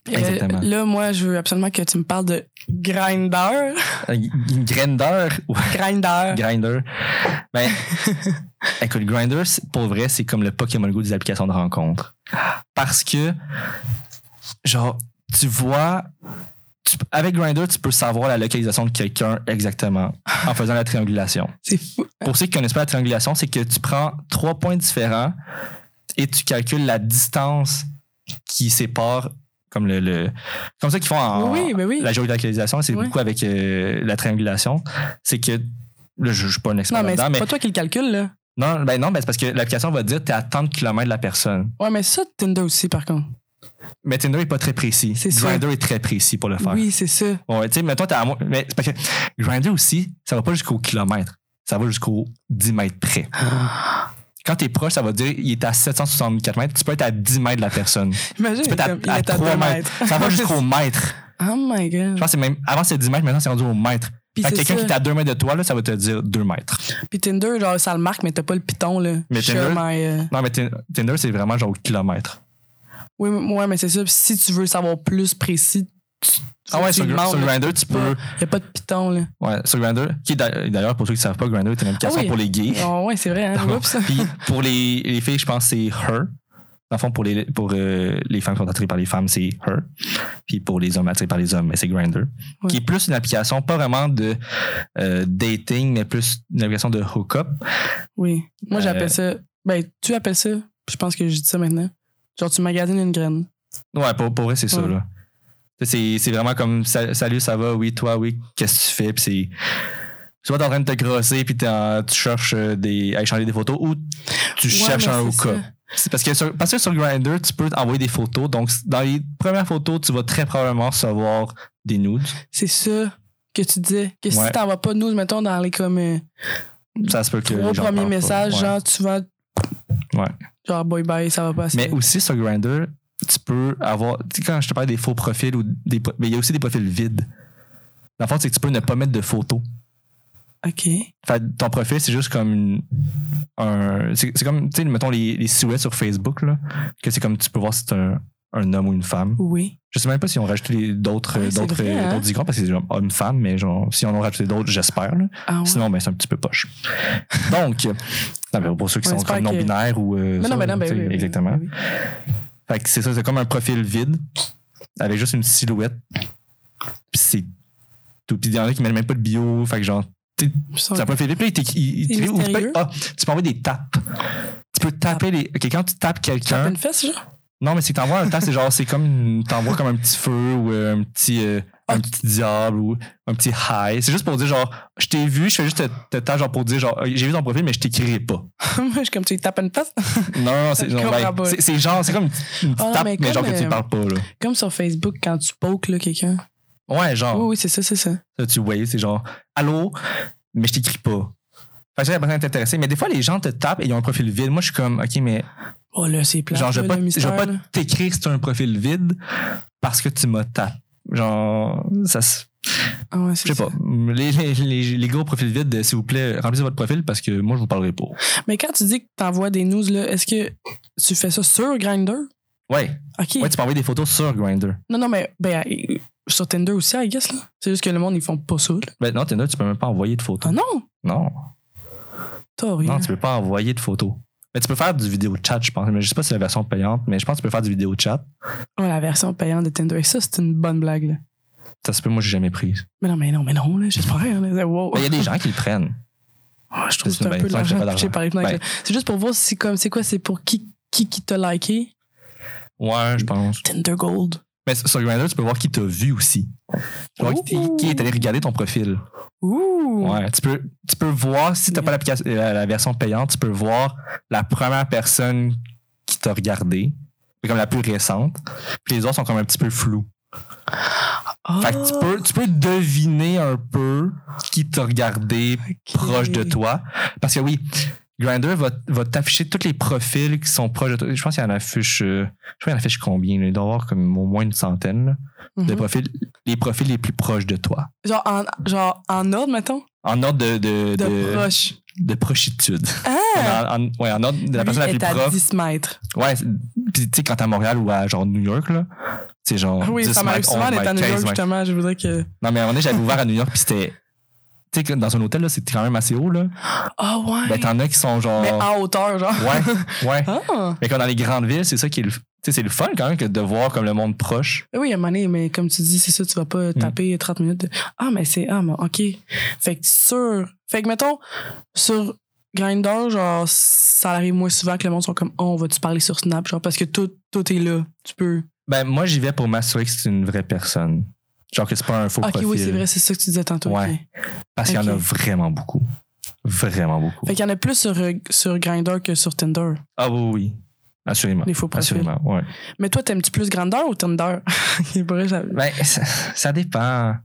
Euh,
Exactement.
là, moi, je veux absolument que tu me parles de Grinder. (laughs)
Un g- Euh, Une graine d'heure ou
Grinder.
Grinder. Ben, écoute, Grinder, pour vrai, c'est comme le Pokémon Go des applications de rencontre. Parce que, genre, tu vois. tu- avec Grinder, tu peux savoir la localisation de quelqu'un exactement en faisant la triangulation.
C'est fou.
Pour ceux qui connaissent pas la triangulation, c'est que tu prends trois points différents et tu calcules la distance qui sépare comme le, le- comme ça qu'ils font en
Oui, mais oui.
la géolocalisation, c'est
Ouais.
beaucoup avec euh, la triangulation, c'est que là, je, je suis pas un expert
Non, mais
là-dedans,
c'est
mais
pas toi qui le calcule, là.
non, ben non, ben c'est parce que l'application va dire t'es à tant de kilomètres de la personne.
Ouais, mais ça, Tinder aussi, par contre.
Mais Tinder est pas très précis.
C'est ça.
Grindr est très précis pour le faire.
Oui, c'est ça.
Ouais, tu sais, mais toi, t'es à moins- Mais c'est parce que Grindr aussi, ça va pas jusqu'au kilomètre. Ça va jusqu'au 10 mètres
(gasps)
près. Quand t'es proche, ça va dire il est à 764 mètres. Tu peux être à 10 mètres de la personne.
Imagine,
Tu peux être à,
comme, il
à
est à
3
deux
mètres.
mètres.
Ça va jusqu'au mètre.
(laughs) Oh my god.
Je pense que c'est même. Avant, c'est 10 mètres, maintenant, c'est rendu au mètre.
Puis
Fait que
c'est
quelqu'un
ça.
qui est à 2 mètres de toi, là, ça va te dire 2 mètres.
Puis Tinder, genre, ça le marque, mais t'as pas le piton, là.
Mais
Share
Tinder-
my, euh,
Non, mais Tin- Tinder, c'est vraiment genre au kilomètre.
Oui, mais- ouais, mais c'est ça. Puis si tu veux savoir plus précis, tu.
Ah ouais,
tu
sur,
le demandes,
sur
là.
Grindr, tu peux.
Il y a pas de piton, là.
Ouais, sur Grindr, qui est d'a- d'ailleurs, pour ceux qui ne savent pas, Grindr est une application
Ah oui.
pour les gays.
Oh, ouais, c'est vrai,
Ah.
hein. Oups.
(laughs) Puis pour les, les filles, je pense que c'est her. Dans le fond, pour les, pour, euh, les femmes qui sont attirées par les femmes, c'est her. Puis pour les hommes attirés par les hommes, mais c'est Grindr.
Ouais.
Qui est plus une application, pas vraiment de euh, dating, mais plus une application de hookup.
Oui. Moi,
Euh,
j'appelle ça. Ben, tu appelles ça. Je pense que je dis ça maintenant. Genre, tu magasines une graine.
Ouais, pour, pour vrai, c'est ça,
Ouais.
là. C'est c'est vraiment comme sa- salut, ça va, oui, toi, oui, qu'est-ce que tu fais? Puis c'est. Soit t'es en train de te grosser, puis t'es en- tu cherches euh, des, à échanger des photos, ou tu
Ouais,
cherches
mais
un
c'est
hookup.
ça.
C'est Parce que sur, parce que sur Grindr, tu peux envoyer des photos. Donc, dans les premières photos, tu vas très probablement recevoir des nudes.
C'est ça que tu dis. Que
Ouais.
si t'en vas pas, nous, mettons, dans les comme. euh,
Ça se peut que.
trois
les gens parlent
premiers
pas.
messages,
Ouais.
genre, tu vas.
Ouais.
Genre, bye bye, ça va pas assez.
Mais aussi sur Grindr, tu peux avoir. Tu sais, quand je te parle des faux profils, ou des, pro- mais il y a aussi des profils vides. Dans le fond, c'est que tu peux ne pas mettre de photos.
OK.
Fait que ton profil, c'est juste comme une- un. C'est c'est comme, tu sais, mettons les, les silhouettes sur Facebook, là, que c'est comme tu peux voir si c'est un, un homme ou une femme.
Oui.
Je sais même pas si on rajoute les- d'autres
Ouais, c'est
d'autres
vrai, hein?
d'autres icônes, parce que c'est genre homme-femme, mais genre, si on en a rajouté d'autres, j'espère. là.
Ah ouais.
Sinon, ben, c'est un petit peu poche.
(laughs)
Donc, non, mais pour ceux qui
On
sont
espère
comme
que-
non-binaires ou. euh,
Mais
ça,
non, mais non, ben
tu sais,
oui, oui, oui,
Exactement.
oui.
Fait que c'est ça, c'est comme un profil vide avec juste une silhouette. Puis c'est tout. Puis il y en a qui mettent même pas de bio. Fait que genre, tu sais,
Ça-
c'est un profil vide. Puis là, il t'écrit- il- il
C'est
t'écrit- ou tu peux,
mystérieux.
ah, tu peux envoyer des tapes. Tu peux taper les. Ok, quand tu tapes
Taper
quelqu'un.
une fesse, genre? (laughs)
Non, mais c'est que t'envoies un tape, c'est genre, c'est comme. une- T'envoies comme un petit feu ou euh, un petit. euh, un
Ah.
petit diable ou un petit high. C'est juste pour dire genre, je t'ai vu, je fais juste te, te tape genre pour dire genre, euh, j'ai vu ton profil, mais je t'écrirai pas.
Moi, je suis comme, tu tapes une fesse.
Non, non,
(laughs)
c'est
Je
non,
comprends
ben,
pas.
c'est- c'est genre, c'est comme une petite une petite
Ah non,
tape, mais,
mais
genre
comme,
que tu
euh,
parles pas, là.
Comme sur Facebook, quand tu poke, là, quelqu'un.
Ouais, genre.
Oui, oui, c'est ça, c'est ça.
Là, tu vois, c'est genre Allô, mais je t'écris pas. Fait que j'ai l'impression d'être intéressé. Mais des fois, les gens te tapent et ils ont un profil vide. Moi, je suis comme, OK, mais
Oh là, c'est plat.
genre, je vais pas,
le
je vais
mystère,
pas
là.
t'écrire si t'as un profil vide parce que tu m'as tapé. Genre, ça se.
Ah ouais,
Je
c'est
sais
ça.
pas. Les, les, les, les gros profils vides, euh, s'il vous plaît, remplissez votre profil parce que moi, je vous parlerai pas.
Mais quand tu dis que t'envoies des news, là, est-ce que tu fais ça sur Grindr?
Ouais.
OK.
Ouais, tu peux envoyer des photos sur Grindr.
Non, non, mais ben, euh, sur Tinder aussi, I guess, là. C'est juste que le monde, ils font pas ça, là.
Ben non, Tinder, tu peux même pas envoyer de photos.
Ah non! hein.
Non.
T'as rien.
Non, tu peux pas envoyer de photos. Mais tu peux faire du vidéo chat, je pense. Mais je sais pas si c'est la version payante, mais je pense que tu peux faire du vidéo chat.
Ouais, Oh, la version payante de Tinder. Et ça, c'est une bonne blague, là.
Ça se peut, moi, j'ai jamais pris.
Mais non, mais non, mais non, là, j'espère. hein, Là, wow.
Il y a des gens qui le prennent.
Ah, je trouve que
C'est ben, une
c'est un peu
bonne histoire, j'ai
l'argent
pas
touché
d'argent.
par les fenêtres, là. C'est juste pour voir si, comme, c'est quoi, c'est pour qui qui, qui t'a liké?
Ouais, je pense.
Tinder Gold.
Mais sur Grindr, tu peux voir qui t'a vu aussi. Tu peux voir qui, t'est- qui est allé regarder ton profil.
Ouh!
Ouais, tu peux, tu peux voir, si t'as pas l'application, la, la version payante, tu peux voir la première personne qui t'a regardé, comme la plus récente. Puis les autres sont comme un petit peu flous.
Ah,
Fait que tu peux, tu peux deviner un peu qui t'a regardé
ok.
proche de toi. Parce que oui, Grindr va, va t'afficher tous les profils qui sont proches de toi. Je pense qu'il y en affiche, euh, je sais pas, il y en affiche combien, là. il doit y avoir comme au moins une centaine là,
Mhm.
de profils, les profils les plus proches de toi.
Genre en, genre en ordre, mettons?
En ordre de, de,
De,
de-
proche.
de prochitude.
Ah!
(laughs) En, en- ouais, en ordre de la
Lui
personne la
est
plus
à
proche.
10 mètres.
Ouais, c'est- puis tu sais, quand t'es à Montréal ou à genre New York, là, c'est genre.
Ah Oui,
10
ça m'arrive
mètres,
souvent
11
d'être
mètres,
à New York,
15 mètres.
justement. Je voudrais que.
Non, mais à un moment donné, j'avais ouvert à New York, puis c'était. Tu sais, que dans un hôtel, là, c'était quand même assez haut, là.
Ah ouais!
Ben, t'en as qui sont genre.
Mais en hauteur, genre.
Ouais, ouais.
(laughs) Ah!
Mais comme dans les grandes villes, c'est ça qui est le. Tu sais, c'est le fun quand même que de voir comme le monde proche.
Ben Oui, à un moment donné, mais comme tu dis, c'est ça, tu vas pas taper 30 minutes. de- Ah, mais c'est. Ah, mais OK. Fait que sur. Fait que mettons, sur Grindr, genre, ça arrive moins souvent que le monde soit comme, oh, on va-tu parler sur Snap, genre, parce que tout, tout est là. Tu peux.
Ben, moi, j'y vais pour m'assurer que c'est une vraie personne. Genre que c'est pas un faux
ok,
profil.
oui, c'est vrai, c'est ça que tu disais tantôt. ok.
Ouais. Parce qu'il y en a
Ok.
vraiment beaucoup. Vraiment beaucoup.
Fait qu'il y en a plus sur, euh, sur Grindr que sur Tinder,
Ah oui, oui. Assurément.
les faux profils.
Assurément, ouais.
Mais toi, t'aimes-tu plus Grindr ou Tinder? (laughs) Il est vrai, j'avais-
Ben, ça, ça dépend.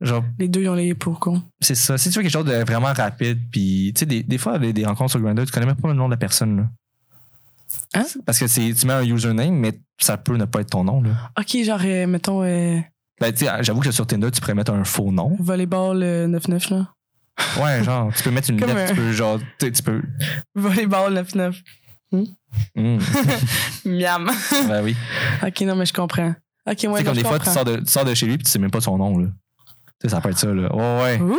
Genre,
les deux, ils ont les pour con.
c'est ça. Si tu veux quelque chose de vraiment rapide, puis tu sais, des, des fois, des, des rencontres sur Grindr, tu connais même pas le nom de la personne, là.
Hein?
Parce que c'est, tu mets un username, mais ça peut ne pas être ton nom, là.
Ok, genre, euh, mettons, euh,
Ben, tu sais, j'avoue que sur Tinder, tu pourrais mettre un faux nom.
volleyball euh, 9-9, là.
Ouais, genre, tu peux mettre une
Comme
lettre,
un-
tu peux, genre, tu sais, tu peux.
Volleyball 9-9. (laughs)
Hmm,
Miam.
ben oui.
ok, non, mais je comprends. Ok, moi,
tu sais, comme
non, je
des fois, tu
comprends.
sors, de, tu sors de chez lui, puis tu sais même pas son nom, là. Tu sais, ça peut être ça, là. Ouais, ouais.
Ouh!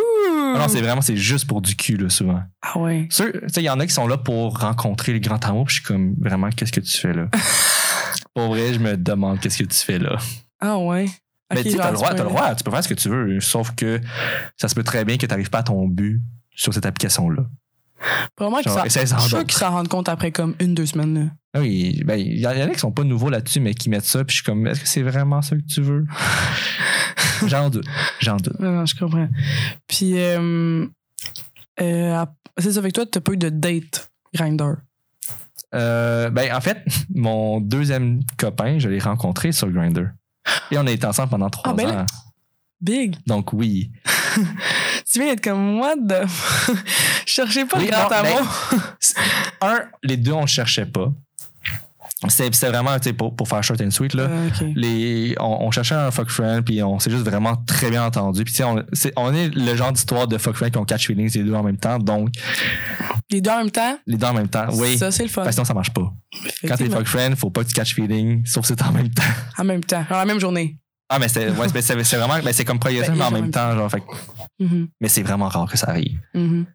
Ah non, c'est vraiment, c'est juste pour du cul, là, souvent.
Ah ouais.
Ceux- tu sais, il y en a qui sont là pour rencontrer le grand amour, puis je suis comme, vraiment, qu'est-ce que tu fais
(laughs)
là? pour vrai, je me demande qu'est-ce que tu fais là.
Ah ouais.
mais
Ok, bah,
tu sais, t'as
genre,
le droit,
peux
t'as le
aller-
droit, tu peux faire ce que tu veux, sauf que ça se peut très bien que t'arrives pas à ton but sur cette application-là.
Probablement
Genre, (laughs)
qu'ils s'en-
essaie-en
je suis sûr
donc.
qu'ils s'en rendent compte après comme une, deux semaines, là.
Ah Oui, il y en y en a qui sont pas nouveaux là-dessus, mais qui mettent ça, puis je suis comme, est-ce que c'est vraiment ça que tu
(laughs)
veux? j'en doute, j'en doute.
Non, non, je comprends. Puis, euh, euh, à- c'est ça, avec toi, t'as pas eu de date Grindr.
Euh, ben, en fait, mon deuxième copain, je l'ai rencontré sur Grindr. Et on a été ensemble pendant trois
Ah, ben là.
ans.
Big.
Donc oui,
Tu viens d'être comme, what the... (laughs) Cherchez pas
Oui,
le grand
non, mais-
amour.
un, les deux, on le cherchait pas. C'était c'était vraiment, tu sais, pour, pour faire short and sweet, là.
Ah, ok.
Les, on, on cherchait un fuck friend, puis on s'est juste vraiment très bien entendu. Puis, tu sais, on, c'est- on est le genre d'histoire de fuck friend qui ont catch feelings les deux en même temps. Donc,
Les deux en même temps,
les deux en même temps, oui.
ça, c'est le fun.
Parce que sinon, ça marche pas. Quand t'es
Effectivement.
fuck friend, faut pas que tu catch feeling, sauf si c'est en même temps.
En même temps, dans la même journée.
Ah, mais c'est ouais, c'est- c'est- c'est vraiment, mais c'est comme progressif,
Ben,
mais en
les gens en
même
même
temps, genre, fait que-
Mhm,
mais c'est vraiment rare que ça arrive.
mhm.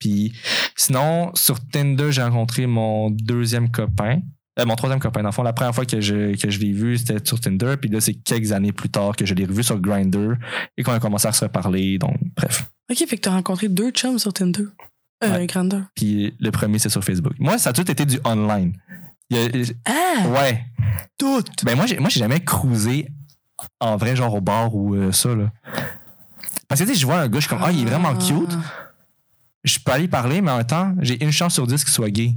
Puis sinon, sur Tinder, j'ai rencontré mon deuxième copain. Euh, mon troisième copain, dans le fond. La première fois que je, que je l'ai vu, c'était sur Tinder. Puis là, c'est quelques années plus tard que je l'ai revu sur Grindr et qu'on a commencé à se reparler. Donc, bref.
Ok, fait que t'as rencontré deux chums sur Tinder. Euh,
Ouais.
Grindr.
Puis le premier, c'est sur Facebook. Moi, ça a tout été du online. Il y a-
Ah!
ouais. Tout. Ben, moi, j'ai, moi, j'ai jamais cruisé en vrai, genre au bar ou euh, ça, là. Parce que, tu sais, je vois un gars, je suis comme, ah, il est vraiment cute. je peux aller parler, mais en même temps, j'ai une chance sur dix qu'il soit gay.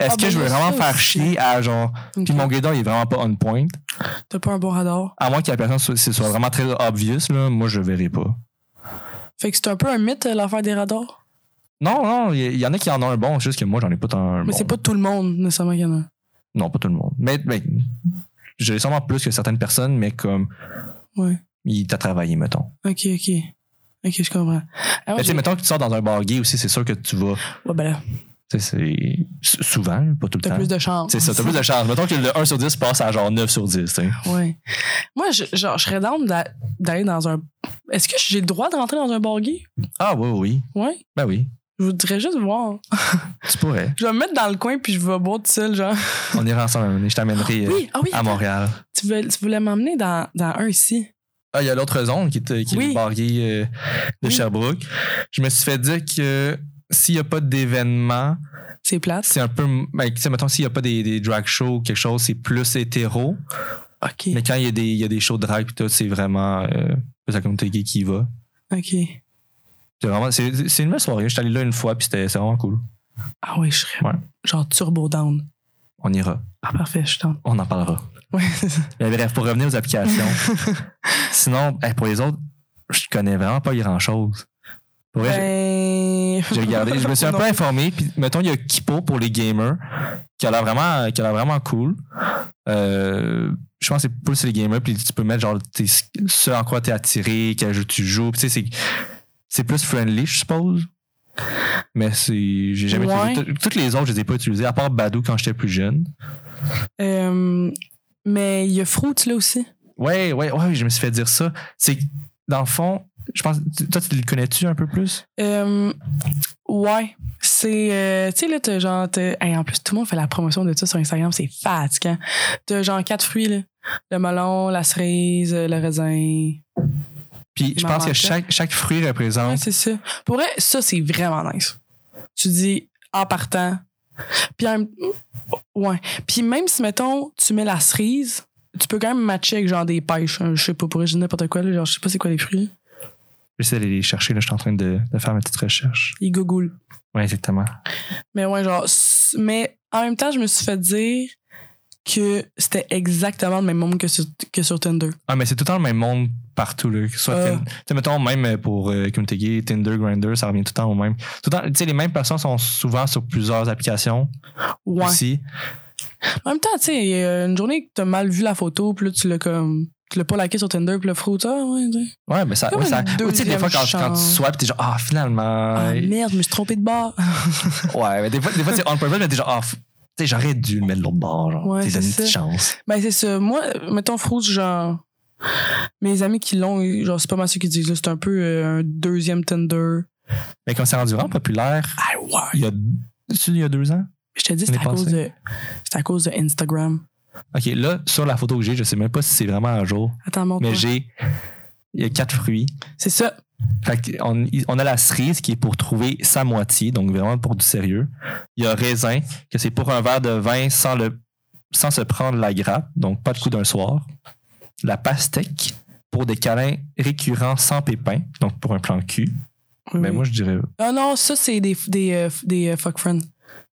Est-ce
Ah,
que
ben
je veux
là,
vraiment
ça
faire
aussi.
chier à genre.
Ok.
Puis mon gaydar, il est vraiment pas on point.
T'as pas un bon radar.
À moins que la personne soit, ce soit vraiment très obvious, là, moi, je verrai pas.
Fait que c'est un peu un mythe, euh, l'affaire des radars.
Non, non, il y- il y, en a qui en ont un bon, c'est juste que moi, j'en ai pas tant un
Mais
bon.
c'est pas tout le monde, nécessairement, qu'il y en a.
Non, pas tout le monde. Mais, mais j'ai sûrement plus que certaines personnes, mais comme.
Ouais.
Il t'a travaillé, mettons.
Ok, ok. Ok, je comprends. Ah, moi,
Mais tu sais,
j'ai-
mettons que tu sors dans un bar gay aussi, c'est sûr que tu vas.
Ouais, ben là,
Tu sais, c'est. s- Souvent, là, pas tout le
t'as
temps.
plus de chance.
Hein? C'est ça, t'as plus de chance. Mettons que le 1 sur 10 passe à genre 9 sur 10, tu sais.
Ouais. Moi, je, genre, je serais down d'a- d'aller dans un. Est-ce que j'ai le droit de rentrer dans un bar gay?
Ah, oui, oui.
Ouais.
Ben oui.
Je voudrais juste voir.
Tu pourrais.
Je vais me mettre dans le coin puis je vais boire tout seul, genre.
On ira ensemble, un moment donné. je t'amènerai euh,
Oui, ah oui.
à Montréal.
Tu, veux, tu voulais m'emmener dans, dans un ici.
Ah, il y a l'autre zone qui, est- qui est
Oui.
le barrier euh, de
Oui.
Sherbrooke. Je me suis fait dire que s'il n'y a pas d'événement,
C'est plate.
c'est un peu. Ben, tu sais, mettons, s'il n'y a pas des, des drag shows ou quelque chose, c'est plus hétéro.
OK.
Mais quand il y, a des- il y a des shows de drag, pis tout, c'est vraiment euh, la communauté gay qui y va.
OK.
C'est vraiment, c'est c'est une belle soirée. J'étais allé là une fois, puis c'était c'est vraiment cool.
Ah ouais, je serais
Ouais.
genre turbo down.
On ira.
Ah parfait, je suis down.
On en parlera.
Ouais, c'est ça.
Mais bref, pour revenir aux applications.
(laughs)
sinon, hey, pour les autres, je connais vraiment pas grand-chose. Pour vrai, j'ai-
Ben...
j'ai regardé, je me suis un
Non.
peu informé, puis mettons, il y a Kipo pour les gamers, qui a l'air vraiment, qui a l'air vraiment cool. Euh, je pense que c'est plus les gamers, puis tu peux mettre genre tes- ce en quoi tu es attiré, quel jeu tu joues, puis tu sais, c'est- c'est plus friendly, je suppose. Mais c'est. J'ai jamais
Ouais.
utilisé. Toutes les autres, je les ai pas utilisées, à part Badou quand j'étais plus jeune.
Euh, mais il y a Fruits là aussi.
Ouais, ouais, ouais, je me suis fait dire ça. C'est que, dans le fond, je pense. tu- Toi, tu le connais-tu un peu plus?
Euh, ouais. C'est. euh, tu sais, là, t'as genre. t'as- hey, en plus, tout le monde fait la promotion de ça sur Instagram, c'est fatigant. T'as genre quatre fruits, là. Le melon, la cerise, euh, le raisin.
Puis je
Il m'en
pense que
manquait.
chaque, chaque fruit
Ouais,
représente.
c'est ça. Pour vrai, ça, c'est vraiment nice. Tu dis en partant. Puis, en- ouais. Puis même si, mettons, tu mets la cerise, tu peux quand même matcher avec genre des pêches. hein, je sais pas, pour vrai, je dis n'importe quoi. Là, genre, je sais pas c'est quoi les fruits.
J'essaie d'aller les chercher, là, je suis en train de, de faire ma petite recherche.
Ils gougoulent.
Ouais, exactement.
Mais ouais, genre. s- Mais en même temps, je me suis fait dire que c'était exactement le même monde que sur, que sur Tinder.
Ah, mais c'est tout le temps le même monde partout, là. que ce Soit
Ah.
Tin- tu sais, mettons, même pour euh, Community Gay, Tinder, Grindr, ça revient tout le temps au même. Tout le temps, tu sais, les mêmes personnes sont souvent sur plusieurs applications
Ouais.
aussi.
En même temps, tu sais, il y a une journée que t'as mal vu la photo, puis là, tu l'as comme. Tu l'as pas liké sur Tinder, puis le fruit, ah, ouais, tu sais.
Ouais, mais ça.
Comme
ouais, ça-
une
ou tu sais, des fois, quand,
deuxième
quand tu
chance.
swipes, t'es genre, ah, finalement.
Ah, merde, je me suis trompé de bord.
(laughs) ouais, mais des fois, des fois c'est on purpose, mais t'es genre, ah, f- tu sais, j'aurais dû le mettre de l'autre bord, genre.
Ouais,
t'es
c'est
donné une
ça.
petite chance.
Ben, c'est ça. Moi, mettons Fruits, genre. Mes amis qui l'ont, genre, c'est pas mal ceux qui disent, là, c'est un peu euh, un deuxième Tinder.
Mais comme c'est rendu vraiment populaire,
Ah ouais!
il y a, c'est-tu il y a deux ans.
Je te dis,
On
c'est
est
à, cause
passé.
de, c'est à cause de Instagram.
OK, là, sur la photo que j'ai, je sais même pas si c'est vraiment un jour,
Attends, montre
mais j'ai. Il y a quatre fruits.
C'est ça.
Fait que on, on a la cerise qui est pour trouver sa moitié, donc vraiment pour du sérieux. Il y a raisin, que c'est pour un verre de vin sans, le, sans se prendre la grappe, donc pas de coup d'un soir. La pastèque, pour des câlins récurrents sans pépins, donc pour un plan cul.
Oui,
Mais
oui.
Ben, moi, je dirais.
Ah non, ça, c'est des, des, euh, f- des euh, fuck friends.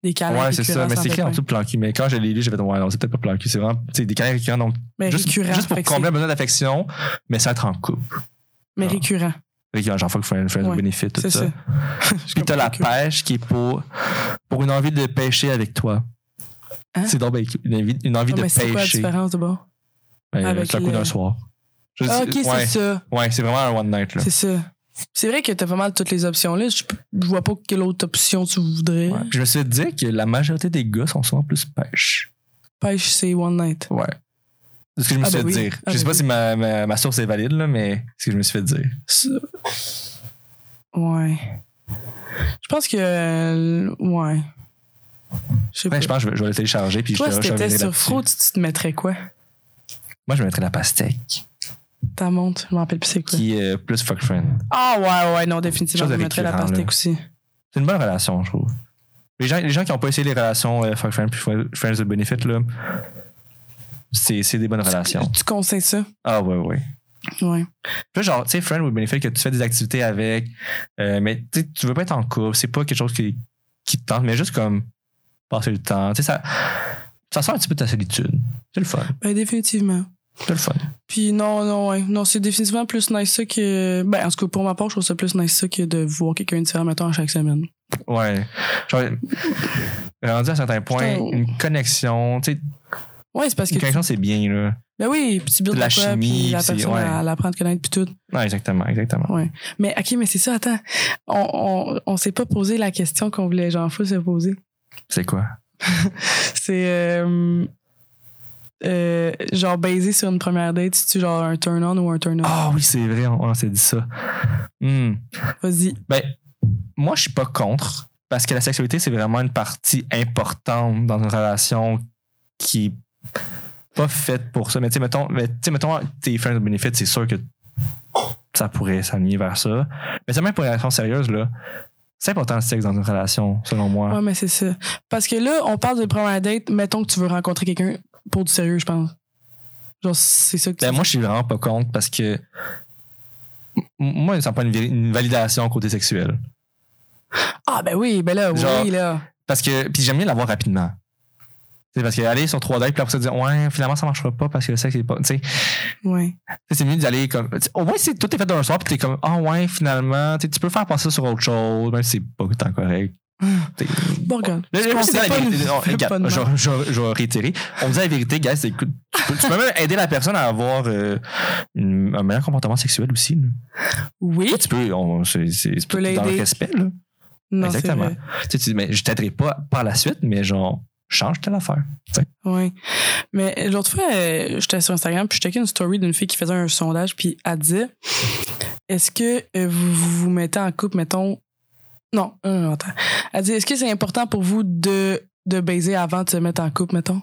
Des câlins.
Ouais, c'est ça,
récurrents
mais
Ah sans
c'est écrit en
pépins.
dessous plan cul. Mais quand je l'ai lu, j'ai fait, ouais, non, c'est peut-être pas plan cul. C'est vraiment tu sais, des câlins récurrents, donc
Mais
juste,
Ben, récurrent.
juste pour
fait que
combler un besoin d'affection, mais ça être en couple.
c'est- Mais récurrent.
Fait que, genre, faut que friends, friends
Ouais,
benefit, tout
C'est
ça.
ça. Je
Puis t'as la
comprends
pêche qui est pour, pour une envie de pêcher avec toi.
Hein?
C'est donc ben, une envie, une envie
que-
de
mais Ah, c'est quoi la
pêcher.
différence de bord?
Ben,
avec
c'est le coup
le-
d'un soir. Je-
Ah, ok,
ouais,
c'est ça.
ouais, c'est vraiment un one night. Là.
C'est ça. C'est vrai que t'as pas mal toutes les options là. Je, je vois pas quelle autre option tu voudrais.
Ouais. Puis Je me suis dit que la majorité des gars sont souvent plus pêche.
Pêche, c'est one night.
Ouais. C'est ce que je me
Ah,
suis
ben
fait
oui.
dire.
Ah,
je sais
ben
pas
oui.
si ma, ma, ma source est valide, là, mais c'est ce que je me suis fait dire.
Ça- Ouais. Je pense que. euh, Ouais. Je sais
Après,
pas.
je pense que je vais, je vais le télécharger. Puis
Toi,
je,
si
te- je te
t'étais
reviendrai
sur
là-dessus.
Fruit, tu te mettrais quoi?
Moi, je mettrais la pastèque,
Ta montre, je m'en rappelle plus c'est quoi.
qui est euh, plus fuck friend.
Ah ouais, ouais, non, définitivement,
Chose
je
de
mettrais la
récurrent,
pastèque
là.
aussi.
C'est une bonne relation, je trouve. Les gens, les gens qui n'ont pas essayé les relations euh, fuck friends puis fri- friends with benefit, là, c'est, c'est des bonnes relations.
Tu conseilles ça?
Ah ouais, ouais.
Ouais.
Puis genre, tu sais, friends with benefit, que tu fais des activités avec, euh, mais tu sais, tu veux pas être en couple, c'est pas quelque chose qui, qui te tente, mais juste comme passer le temps. Tu sais, ça, ça sort un petit peu de ta solitude. C'est le fun.
Ben, définitivement.
C'est le fun.
Puis non, non, ouais. Non, c'est définitivement plus nice ça que. Ben, en tout cas, pour ma part, je trouve ça plus nice ça que de voir quelqu'un différent, mettons, à chaque semaine.
Ouais. Genre, rendu à un certain point,
Putain.
une connexion, tu sais,
Ouais, c'est parce que.
une
tu-
connexion, c'est bien, là.
Ben oui, puis tu builds
La
de quoi,
chimie,
puis la
puis c'est-
personne,
ouais.
elle elle apprend à te connaître, puis tout.
Ouais, exactement, exactement.
Mais ok, mais c'est ça, attends. On, on, on s'est pas posé la question qu'on voulait, genre, faut se poser.
C'est quoi?
C'est euh, euh, genre baiser sur une première date, c'est-tu genre un turn-on ou un turn-on?
Ah oui, c'est vrai, on, on s'est dit ça. Hmm.
Vas-y.
Ben, moi, je suis pas contre parce que la sexualité, c'est vraiment une partie importante dans une relation qui est pas faite pour ça. Mais tu sais, mettons, mais tu sais, mettons, tes friends with benefit, c'est sûr que ça pourrait s'aligner vers ça. Mais c'est même pour une relation sérieuse, là. C'est important le sexe dans une relation, selon moi.
Ouais, mais c'est ça. Parce que là, on parle de première date, mettons que tu veux rencontrer quelqu'un pour du sérieux, je pense. Genre, c'est ça que tu
Ben, moi, je suis vraiment pas contre parce que. M- Moi, je sens pas une, vi- une validation côté sexuel.
Ah, ben oui, ben là,
Genre-
oui, là.
Parce que. Puis j'aime mieux l'avoir rapidement. C'est parce que aller sur trois dates, puis après ça dire, ouais, finalement, ça marchera pas parce que le sexe est pas. Tu sais,
Ouais.
c'est mieux d'aller comme. tu sais, Au moins, c'est tout est fait d'un soir, puis t'es comme, ah ouais, finalement, tu sais, tu peux faire passer ça sur autre chose, même si c'est pas tant correct. Tu sais,
Bon, regarde.
Le- le-
On
on
sait
dit la
Ah. pas,
vérité.
nous-
On-
fais
euh, regarde,
pas de
je-
mal.
je- Je vais réitérer. On dit la vérité, gars, c'est écoute, tu peux- tu peux même aider la personne à avoir euh, une- un meilleur comportement sexuel aussi. là.
Oui.
Tu peux, on- c'est c'est- c'est
peux
tout dans le
l'aider.
respect. Là.
Non, c'est
Exactement.
vrai.
Tu sais, tu dis, mais je t'aiderai pas par la suite, mais genre, change telle affaire.
Ouais. Mais l'autre fois, euh, j'étais sur Instagram, puis je checkais une story d'une fille qui faisait un sondage, puis elle disait Est-ce que euh, vous vous vous mettez en couple, mettons. Non, non, non, attends. Elle dit Est-ce que c'est important pour vous de, de baiser avant de se mettre en couple, mettons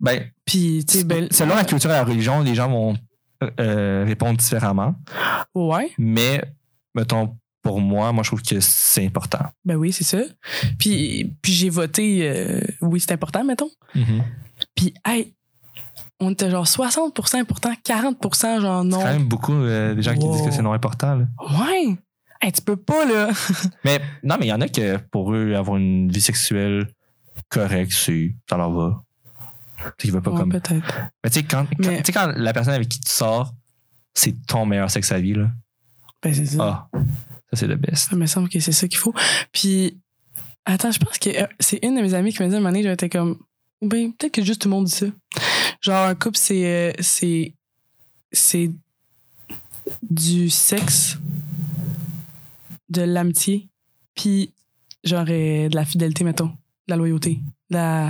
Ben,
Puis, tu sais, ben.
selon la culture et la religion, les gens vont euh, euh, répondre différemment.
Ouais,
Mais, mettons, pour moi, moi, je trouve que c'est important.
ben oui, c'est ça. Puis, puis j'ai voté euh, Oui, c'est important, mettons. Puis, hey, on était genre 60% important, 40% genre
C'est
non.
quand même beaucoup euh, des gens qui
Wow.
disent que c'est non important. là.
Ouais! Hey, tu peux pas, là!
Mais non, mais il y en a que pour eux, avoir une vie sexuelle correcte, c'est ça leur va. Tu sais, ils veulent pas
Ouais,
comme.
Peut-être.
Mais tu sais, quand, quand-
Mais-
tu sais, quand la personne avec qui tu sors, c'est ton meilleur sexe à vie, là.
Ben, c'est ça.
Ah, ça, c'est le best.
Ça me semble que c'est ça qu'il faut. Puis, attends, je pense que euh, c'est une de mes amies qui m'a dit un moment donné, j'étais comme, ben, peut-être que juste tout le monde dit ça. Genre, un couple, c'est. euh, c'est. C'est. du sexe, de l'amitié, puis, genre, euh, de la fidélité, mettons, de la loyauté, de la,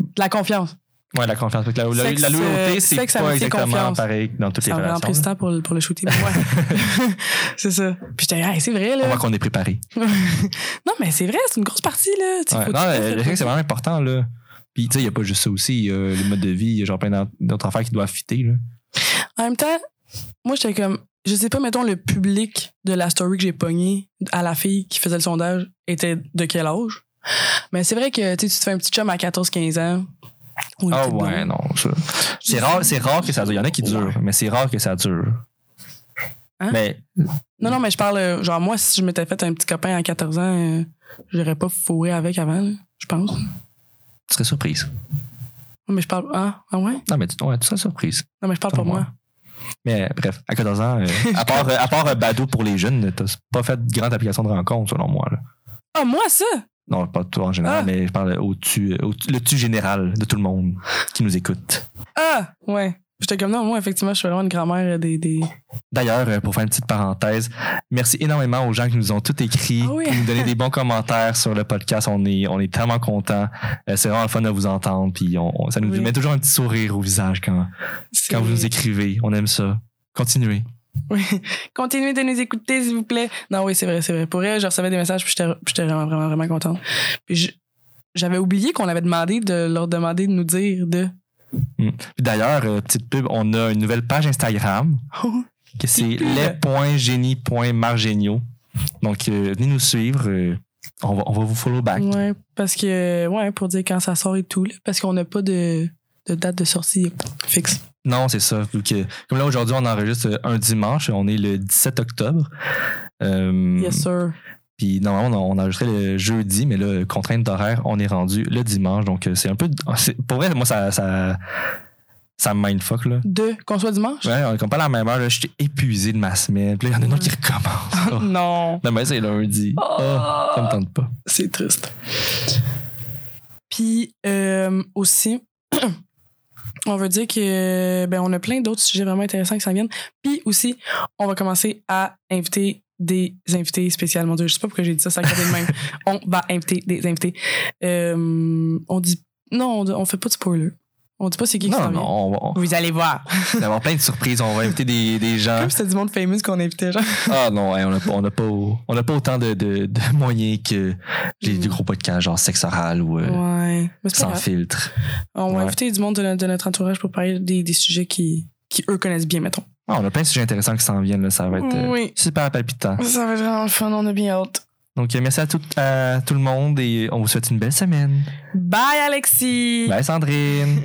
de la confiance.
Ouais, la confiance. Parce que La, la-
Sexe,
la loyauté,
euh,
c'est
sexe,
pas
amitié,
exactement
confiance.
pareil dans toutes les
Ça me rend
relations. là.
président pour, le- pour
(laughs)
le shooting. Ouais. (laughs) c'est ça. Puis, j'étais, hey, c'est vrai,
On voit
là.
qu'on est préparé.
non, mais c'est vrai, c'est une grosse partie, là. Tu sais,
Ouais,
faut
Non, euh,
tout
le
faire.
le sexe, c'est vraiment important, là. Puis, tu sais, il n'y a pas juste ça aussi. Il y a le mode de vie, il y a genre plein d'en- d'autres affaires qui doivent fitter, là.
(laughs) En même temps, moi, j'étais comme, je sais pas, mettons, le public de la story que j'ai pogné à la fille qui faisait le sondage était de quel âge. Mais c'est vrai que tu sais, tu te fais un petit chum à 14-15 ans. ou une
Ah
petite
ouais,
blonde.
non, ça. C'est rare, c'est rare que ça dure. Il y en a qui durent, mais c'est rare que ça dure.
Hein?
Mais
Non, non, mais je parle, euh, genre, moi, si je m'étais fait un petit copain à 14 ans, euh, j'aurais pas fourré avec avant, là, je pense.
tu serais surprise.
Non, mais je parle, ah, ah ouais?
Non, mais tu, ouais, tu serais surprise.
Non, mais je parle
Ah, Pas
pour moi.
moi. Mais bref, à 14 ans, euh, à part, euh, à part euh, Badoo pour les jeunes, t'as pas fait de grande application de rencontre, selon moi. là.
Ah, moi, ça?
Non, pas toi en général,
Ah.
mais je parle au-dessus, euh, au- le tu général de tout le monde qui nous écoute.
Ah! Ouais. J'étais comme, non, moi, effectivement, je suis vraiment une grand-mère euh, des. des...
D'ailleurs, euh, pour faire une petite parenthèse, merci énormément aux gens qui nous ont tout écrit,
Ah oui.
qui nous donnaient
(laughs)
des bons commentaires sur le podcast. On est, on est tellement contents. Euh, c'est vraiment le fun de vous entendre. Puis on, on- ça nous
Oui.
met toujours un petit sourire au visage quand,
c'est-
quand vous nous écrivez. On aime ça. Continuez.
Oui. Continuez de nous écouter, s'il vous plaît. Non, oui, c'est vrai, c'est vrai. Pour elle, je recevais des messages, puis j'étais puis j'étais vraiment, vraiment, vraiment contente. Puis je- j'avais oublié qu'on avait demandé de leur demander de nous dire de.
Puis d'ailleurs, euh, petite pub, on a une nouvelle page Instagram que c'est
Petite pub.
les.génie.margéniaux. Donc, euh, venez nous suivre. euh, on, va, on va vous follow back.
ouais, parce que, ouais, pour dire quand ça sort et tout, là, parce qu'on n'a pas de, de date de sortie fixe.
Non, c'est ça. vu que- comme là, aujourd'hui, on enregistre euh, un dimanche. On est le 17 octobre. Euh,
Yes, sir.
Puis normalement, on, on enregistrait le jeudi, mais là, contrainte d'horaire, on est rendu le dimanche. Donc, euh, c'est un peu. c'est- Pour vrai, moi, ça. ça ça me mindfuck, là.
De, qu'on soit dimanche?
Ouais, on est comme pas à la même heure, là. J'étais épuisé de ma semaine. Puis là, il y en a un autre qui
Mm.
recommence. Oh.
(laughs) Non.
Non, mais c'est lundi.
Oh!
Ah, ça me tente pas.
C'est triste. Puis euh, aussi, (clears throat) on veut dire que ben on a plein d'autres sujets vraiment intéressants qui s'en viennent. Puis aussi, on va commencer à inviter des invités spéciales. Mon Dieu, je sais pas pourquoi j'ai dit ça, ça a gardé de même. (laughs) On va inviter des invités. Euh, on dit non, on, dit- on fait pas de spoiler. On dit pas c'est qui qui
Non, non,
s'en vient.
on va, on
Vous allez voir.
va avoir plein de surprises. On va inviter des, des gens.
(laughs) Comme c'était du monde famous qu'on invitait, genre.
Ah non, hey, on n'a pas, on a pas, au- on a pas autant de, de, de (laughs) moyens que les
Mm.
du gros podcasts, genre sexe oral ou euh,
Ouais. Mais c'est pas
sans
grave.
filtre.
On va
Ouais.
inviter du monde de, notre- de notre entourage pour parler des, des sujets qui, qui eux connaissent bien, mettons.
Ah, on a plein de sujets intéressants qui s'en viennent. Là. Ça va être euh,
Oui.
super palpitant.
Ça va être vraiment le fun, on a bien hâte.
Donc, euh, merci à tout, à tout le monde et on vous souhaite une belle semaine.
Bye Alexis!
Bye Sandrine!